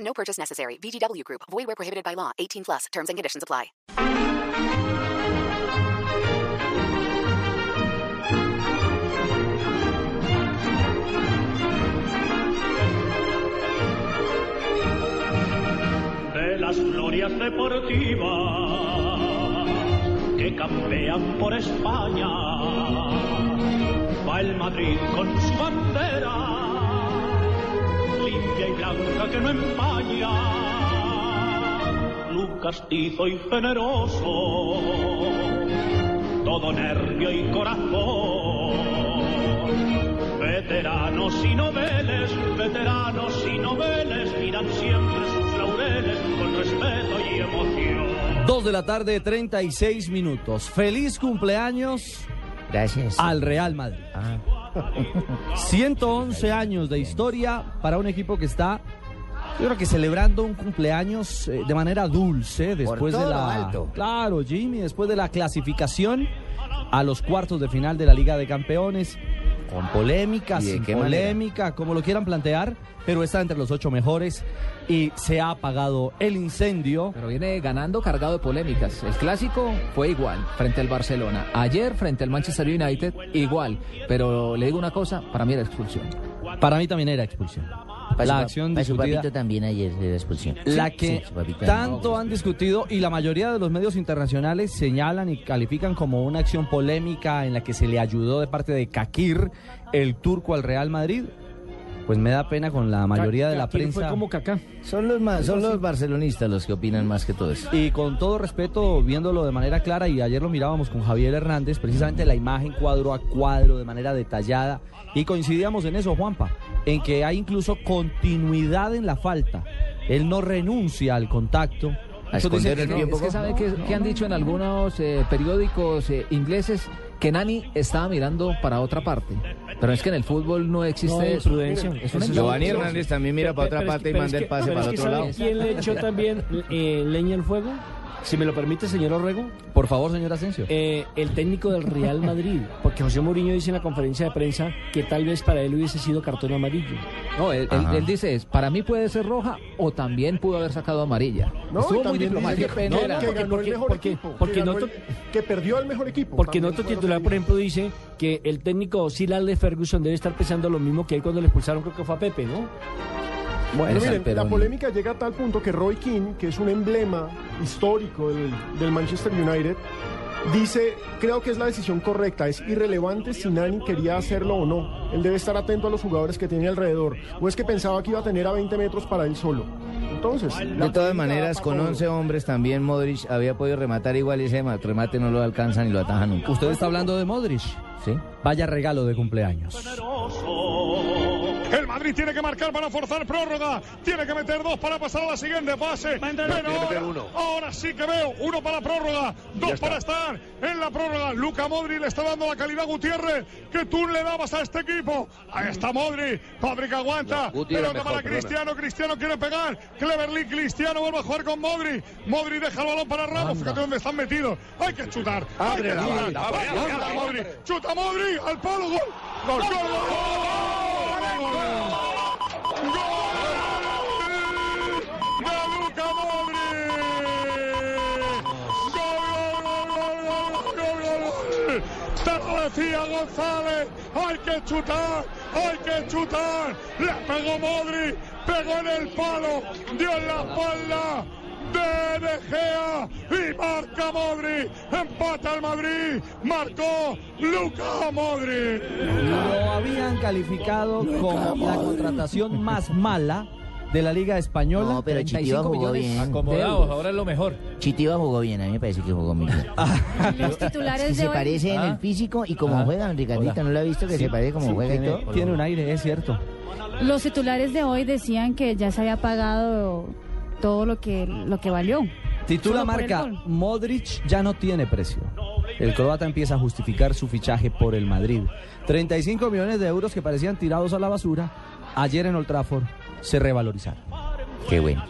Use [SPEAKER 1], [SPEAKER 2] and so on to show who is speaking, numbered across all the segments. [SPEAKER 1] No purchase necessary. VGW Group. Void where prohibited by law. 18 plus. Terms and conditions apply.
[SPEAKER 2] de las glorias deportivas que campean por España. Va el Madrid con su bandera, limpia y blanca que no empaña. Luz castizo y generoso, todo nervio y corazón. Veteranos y noveles, veteranos y noveles, miran siempre sus laureles con respeto y emoción.
[SPEAKER 3] 2 de la tarde, 36 minutos. Feliz cumpleaños
[SPEAKER 4] Gracias.
[SPEAKER 3] al Real Madrid.
[SPEAKER 5] Ah.
[SPEAKER 3] 111 años de historia para un equipo que está, yo creo que celebrando un cumpleaños eh, de manera dulce después
[SPEAKER 4] todo lo
[SPEAKER 3] de la
[SPEAKER 4] alto.
[SPEAKER 3] claro Jimmy después de la clasificación a los cuartos de final de la Liga de Campeones con polémica,
[SPEAKER 4] ¿Y de
[SPEAKER 3] sin
[SPEAKER 4] qué
[SPEAKER 3] polémica, como lo quieran plantear, pero está entre los ocho mejores y se ha apagado el incendio.
[SPEAKER 6] Pero viene ganando cargado de polémicas. El clásico fue igual frente al Barcelona. Ayer frente al Manchester United igual. Pero le digo una cosa, para mí era expulsión.
[SPEAKER 3] Para mí también era expulsión.
[SPEAKER 4] Para su
[SPEAKER 3] la
[SPEAKER 4] pa-
[SPEAKER 3] acción
[SPEAKER 4] para su
[SPEAKER 3] discutida,
[SPEAKER 4] papito también ayer de la expulsión.
[SPEAKER 3] la
[SPEAKER 4] Sí,
[SPEAKER 3] que
[SPEAKER 4] sí, su papito también.
[SPEAKER 3] tanto han discutido y la mayoría de los medios internacionales señalan y califican como una acción polémica en la que se le ayudó de parte de Kakir, el turco al Real Madrid, pues me da pena con la mayoría de la prensa.
[SPEAKER 4] Son los, ma- son los barcelonistas los que opinan más que todo eso.
[SPEAKER 3] Y con todo respeto, viéndolo de manera clara, y ayer lo mirábamos con Javier Hernández, precisamente la imagen cuadro a cuadro, de manera detallada, y coincidíamos en eso, Juanpa, en que hay incluso continuidad en la falta. Él no renuncia al contacto.
[SPEAKER 4] A
[SPEAKER 3] Muchos
[SPEAKER 4] esconder
[SPEAKER 3] dicen que
[SPEAKER 4] el
[SPEAKER 3] no.
[SPEAKER 4] tiempo.
[SPEAKER 6] Es que sabe que, que han dicho en algunos eh, periódicos eh, ingleses que Nani estaba mirando para otra parte. Pero es que en el fútbol no existe eso. Es una
[SPEAKER 5] Giovanni
[SPEAKER 6] invención.
[SPEAKER 5] Hernández también mira para otra parte y manda el pase para el otro lado.
[SPEAKER 7] ¿Quién le echó también eh, leña al fuego? Si me lo permite, señor Orrego,
[SPEAKER 3] Por favor, señor Asensio.
[SPEAKER 7] eh, el técnico del Real Madrid, porque José Mourinho dice en la conferencia de prensa que tal vez para él hubiese sido cartón amarillo.
[SPEAKER 6] No, él, él- él dice es, para mí puede ser roja o también pudo haber sacado amarilla. Estuvo muy diplomático.
[SPEAKER 7] pena era.
[SPEAKER 8] que ganó
[SPEAKER 7] Porque-
[SPEAKER 8] el mejor
[SPEAKER 7] porque-
[SPEAKER 8] equipo.
[SPEAKER 7] porque
[SPEAKER 8] que, ganó
[SPEAKER 7] no to-
[SPEAKER 8] el- que perdió al mejor equipo.
[SPEAKER 7] Porque
[SPEAKER 8] También
[SPEAKER 7] en otro
[SPEAKER 8] fue lo
[SPEAKER 7] titular,
[SPEAKER 8] que
[SPEAKER 7] por
[SPEAKER 8] dijo.
[SPEAKER 7] ejemplo, dice que el técnico Sir Alex Ferguson debe estar pensando lo mismo que él cuando le expulsaron, creo que fue a Pepe, ¿no?
[SPEAKER 8] Pero
[SPEAKER 6] Esa,
[SPEAKER 8] miren,
[SPEAKER 6] pero
[SPEAKER 8] la polémica llega a tal punto que Roy King, que es un emblema histórico del, del Manchester United, dice, creo que es la decisión correcta, es irrelevante si Nani quería hacerlo o no. Él debe estar atento a los jugadores que tiene alrededor. O es que pensaba que iba a tener a 20 metros para él solo. Entonces,
[SPEAKER 5] De todas maneras, con 11 hombres también Modric había podido rematar igual y ese ma- remate no lo alcanza ni lo ataja nunca.
[SPEAKER 3] Usted está hablando de Modric.
[SPEAKER 5] ¿Sí?
[SPEAKER 3] Vaya regalo de cumpleaños.
[SPEAKER 9] El Madrid tiene que marcar para forzar prórroga. Tiene que meter dos para pasar a la siguiente fase. Pero ahora, ahora sí que veo uno para prórroga, dos para estar en la prórroga. Luca Modri le está dando la calidad a Gutiérrez que tú le dabas a este equipo. Ahí está Modri. Fábrica aguanta. Pero para Cristiano. Cristiano quiere pegar. Cleverly, Cristiano vuelve a jugar con Modri. Modri deja el balón para Ramos. Fíjate dónde están metidos. Hay que chutar. Hay que chutar. Hay que chutar, Modri. Chuta Modri al palo. Gol. Gol. Gol. Gol. Gol. Gol. ¡Gol de Luka Modric! ¡Gol, gol, gol, gol, gol, gol, gol! Te lo decía González, hay que chutar, hay que chutar. Le pegó Modri, pegó en el palo, dio en la espalda de De Gea y marca Modri, empata el Madrid, marcó Luca Modri.
[SPEAKER 3] Lo habían calificado como la contratación más mala de la Liga Española.
[SPEAKER 4] No, pero Chitiba
[SPEAKER 6] 35
[SPEAKER 4] jugó
[SPEAKER 6] millones.
[SPEAKER 4] bien.
[SPEAKER 6] ahora es lo mejor.
[SPEAKER 4] Chitiba jugó bien, a mí me parece que jugó muy bien.
[SPEAKER 10] Los titulares
[SPEAKER 4] Si
[SPEAKER 10] de
[SPEAKER 4] se
[SPEAKER 10] hoy. Ah.
[SPEAKER 4] parece en el físico y como juega don Ricardito, no lo ha visto que se parece como juega y todo.
[SPEAKER 3] Tiene un aire, es cierto.
[SPEAKER 10] Los titulares de hoy decían que ya se había pagado todo lo que, lo que valió.
[SPEAKER 3] Titula
[SPEAKER 10] Solo por el
[SPEAKER 3] marca,
[SPEAKER 10] gol.
[SPEAKER 3] Modric ya no tiene precio. El croata empieza a justificar su fichaje por el Madrid. 35 millones de euros que parecían tirados a la basura, ayer en Old Trafford se revalorizaron.
[SPEAKER 5] Qué bueno.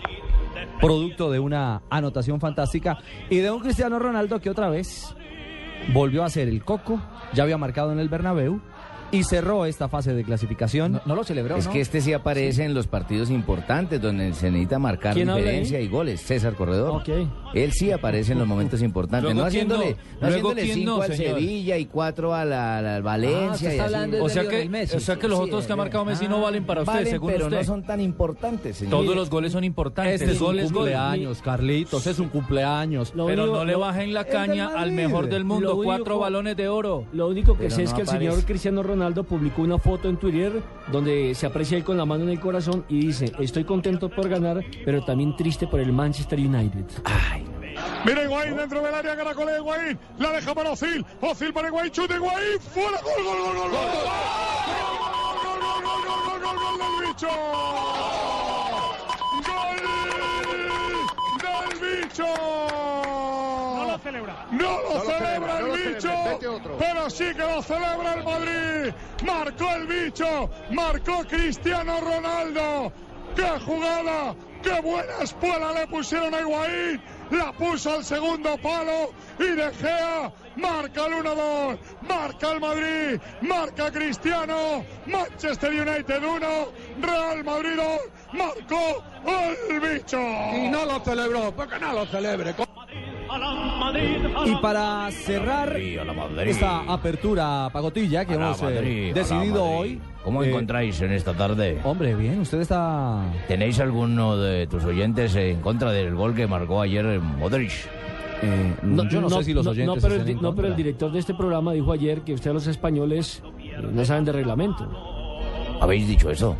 [SPEAKER 3] Producto de una anotación fantástica y de un Cristiano Ronaldo que otra vez volvió a ser el coco, ya había marcado en el Bernabéu y cerró esta fase de clasificación. No, lo celebró,
[SPEAKER 5] Es que este sí aparece en los partidos importantes donde se necesita marcar
[SPEAKER 3] ¿Quién habla ahí?
[SPEAKER 5] diferencia y goles. César Corredor. Él sí aparece en los momentos importantes.
[SPEAKER 11] Luego,
[SPEAKER 5] no
[SPEAKER 11] ¿quién no?
[SPEAKER 5] haciéndole, no
[SPEAKER 11] Luego,
[SPEAKER 5] haciéndole
[SPEAKER 11] ¿quién
[SPEAKER 5] cinco
[SPEAKER 11] no,
[SPEAKER 5] al
[SPEAKER 11] señor? Ah,
[SPEAKER 5] Sevilla y cuatro a la, a la
[SPEAKER 3] Ah,
[SPEAKER 5] Valencia. y así.
[SPEAKER 11] o sea que, o sea que los otros que ha marcado Messi no valen para usted,
[SPEAKER 5] Valen,
[SPEAKER 11] según
[SPEAKER 5] pero
[SPEAKER 11] usted.
[SPEAKER 5] no son tan importantes, señor.
[SPEAKER 11] Todos los goles son importantes.
[SPEAKER 3] Este es
[SPEAKER 11] Gol
[SPEAKER 3] un
[SPEAKER 11] es gol.
[SPEAKER 3] cumpleaños, Carlitos, es un cumpleaños.
[SPEAKER 11] Pero no le bajen la caña al mejor del mundo.
[SPEAKER 7] Lo único-
[SPEAKER 11] Cuatro balones de oro.
[SPEAKER 7] Lo único que
[SPEAKER 11] Pero
[SPEAKER 7] sé es
[SPEAKER 11] no
[SPEAKER 7] que el señor
[SPEAKER 11] aparece.
[SPEAKER 7] Cristiano Ronaldo publicó una foto en Twitter donde se aprecia él con la mano en el corazón y dice, estoy contento por ganar, pero también triste por el Manchester United.
[SPEAKER 5] Ah,
[SPEAKER 9] Mira Higuaín dentro del área, caracolea Higuaín. La deja para Ozil. Ozil para Higuaín, chute Higuaín. Fuera, gol, gol, gol, gol, gol. Gol, gol, gol, gol, gol, gol, gol, gol del bicho. Gol del bicho. No lo celebra. No lo celebra el bicho. Pero sí que lo celebra el Madrid. Marcó el bicho. Marcó Cristiano Ronaldo. ¡Qué jugada! ¡Qué buena espuela le pusieron a Higuaín! La puso al segundo palo y De Gea marca el 1-2, marca el Madrid, marca Cristiano, Manchester United 1, Real Madrid 2, marcó el bicho. Y no lo celebró, porque no lo celebre.
[SPEAKER 3] Y para cerrar esta apertura pagotilla que
[SPEAKER 5] A la
[SPEAKER 3] hemos eh,
[SPEAKER 5] Madrid, a la
[SPEAKER 3] decidido
[SPEAKER 5] Madrid.
[SPEAKER 3] hoy.
[SPEAKER 5] ¿Cómo
[SPEAKER 3] eh,
[SPEAKER 5] encontráis en esta tarde?
[SPEAKER 3] Hombre, bien, usted está...
[SPEAKER 5] ¿Tenéis alguno de tus oyentes en contra del gol que marcó ayer Modric?
[SPEAKER 3] Eh,
[SPEAKER 7] no, pero, el, di- no, pero el director de este programa dijo ayer que ustedes los españoles eh, no saben de reglamento.
[SPEAKER 5] ¿Habéis dicho eso?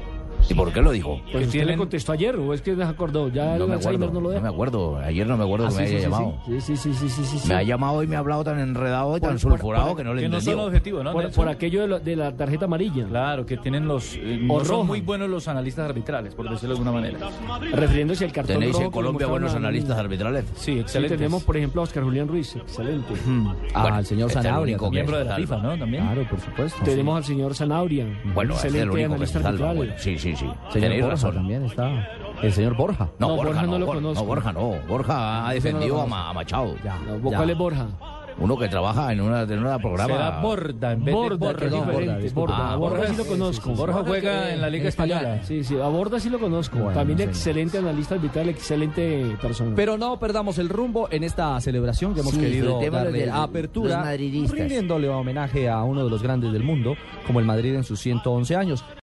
[SPEAKER 5] ¿Y por qué lo dijo?
[SPEAKER 7] Pues usted le contestó ayer, o es que les acordó, ya
[SPEAKER 5] No
[SPEAKER 7] el
[SPEAKER 5] me
[SPEAKER 7] Alzheimer
[SPEAKER 5] acuerdo,
[SPEAKER 7] no lo
[SPEAKER 5] no
[SPEAKER 7] deja.
[SPEAKER 5] me acuerdo. Ayer no me acuerdo
[SPEAKER 7] Ah,
[SPEAKER 5] que
[SPEAKER 7] sí,
[SPEAKER 5] me
[SPEAKER 7] sí,
[SPEAKER 5] haya
[SPEAKER 7] sí,
[SPEAKER 5] llamado.
[SPEAKER 7] Sí, sí, sí, sí, sí, sí, sí. Pues,
[SPEAKER 5] Me ha llamado y me ha hablado tan enredado y tan
[SPEAKER 7] por-
[SPEAKER 5] sulfurado
[SPEAKER 7] por-
[SPEAKER 5] que no le
[SPEAKER 7] que no
[SPEAKER 5] entendió.
[SPEAKER 7] son objetivo, ¿no, Por- Nelson? por aquello de, la tarjeta amarilla.
[SPEAKER 11] Claro, que tienen los. eh,
[SPEAKER 7] O
[SPEAKER 11] no
[SPEAKER 7] roja.
[SPEAKER 11] son muy buenos los analistas arbitrales, por decirlo de alguna manera.
[SPEAKER 7] Refiriéndose al cartón
[SPEAKER 5] ¿Tenéis
[SPEAKER 7] rojo
[SPEAKER 5] en
[SPEAKER 7] que le
[SPEAKER 5] Colombia
[SPEAKER 7] mostraron
[SPEAKER 5] buenos
[SPEAKER 7] a-
[SPEAKER 5] analistas arbitrales?
[SPEAKER 11] Sí,
[SPEAKER 7] Sí, tenemos, por ejemplo, a Oscar Julián Ruiz, excelente.
[SPEAKER 3] Ah, el señor
[SPEAKER 7] este es el
[SPEAKER 3] Sanabria.
[SPEAKER 7] único que Miembro de la salva. FIFA, ¿no? También.
[SPEAKER 3] Claro, por supuesto.
[SPEAKER 7] Tenemos al señor Sanabria,
[SPEAKER 5] Bueno, este es el
[SPEAKER 7] excelente
[SPEAKER 5] único que se
[SPEAKER 7] analista
[SPEAKER 5] salva.
[SPEAKER 7] arbitral.
[SPEAKER 5] Bueno, sí, sí, sí.
[SPEAKER 3] Señor
[SPEAKER 5] Tenéis
[SPEAKER 3] Borja
[SPEAKER 5] razón.
[SPEAKER 3] también está. El señor Borja.
[SPEAKER 5] No, Borja, no,
[SPEAKER 3] lo
[SPEAKER 5] Borja,
[SPEAKER 3] conozco.
[SPEAKER 5] no, Borja no. Borja
[SPEAKER 3] Ese no lo
[SPEAKER 5] ha defendido a,
[SPEAKER 3] conozco.
[SPEAKER 5] Ma- a Machado.
[SPEAKER 3] ¿cuál ya. es
[SPEAKER 7] Borja?
[SPEAKER 5] Uno que trabaja en una, en una programa.
[SPEAKER 11] Será Borda en vez de
[SPEAKER 7] Borda,
[SPEAKER 11] Borja.
[SPEAKER 7] perdón,
[SPEAKER 11] diferente.
[SPEAKER 7] Borda, disculpa.
[SPEAKER 11] Ah,
[SPEAKER 7] A Borja sí lo
[SPEAKER 11] es-
[SPEAKER 7] conozco.
[SPEAKER 11] Borja juega en la Liga Española.
[SPEAKER 7] Sí, sí, a Borda sí lo conozco. También
[SPEAKER 3] señor.
[SPEAKER 7] excelente analista arbitral, excelente persona.
[SPEAKER 3] Pero no perdamos el rumbo en esta celebración que hemos
[SPEAKER 7] Sí,
[SPEAKER 3] querido
[SPEAKER 7] el tema de
[SPEAKER 3] darle
[SPEAKER 7] los-
[SPEAKER 3] apertura,
[SPEAKER 7] los madridistas.
[SPEAKER 3] rindiéndole homenaje a uno de los grandes del mundo, como el Madrid en sus 111 años.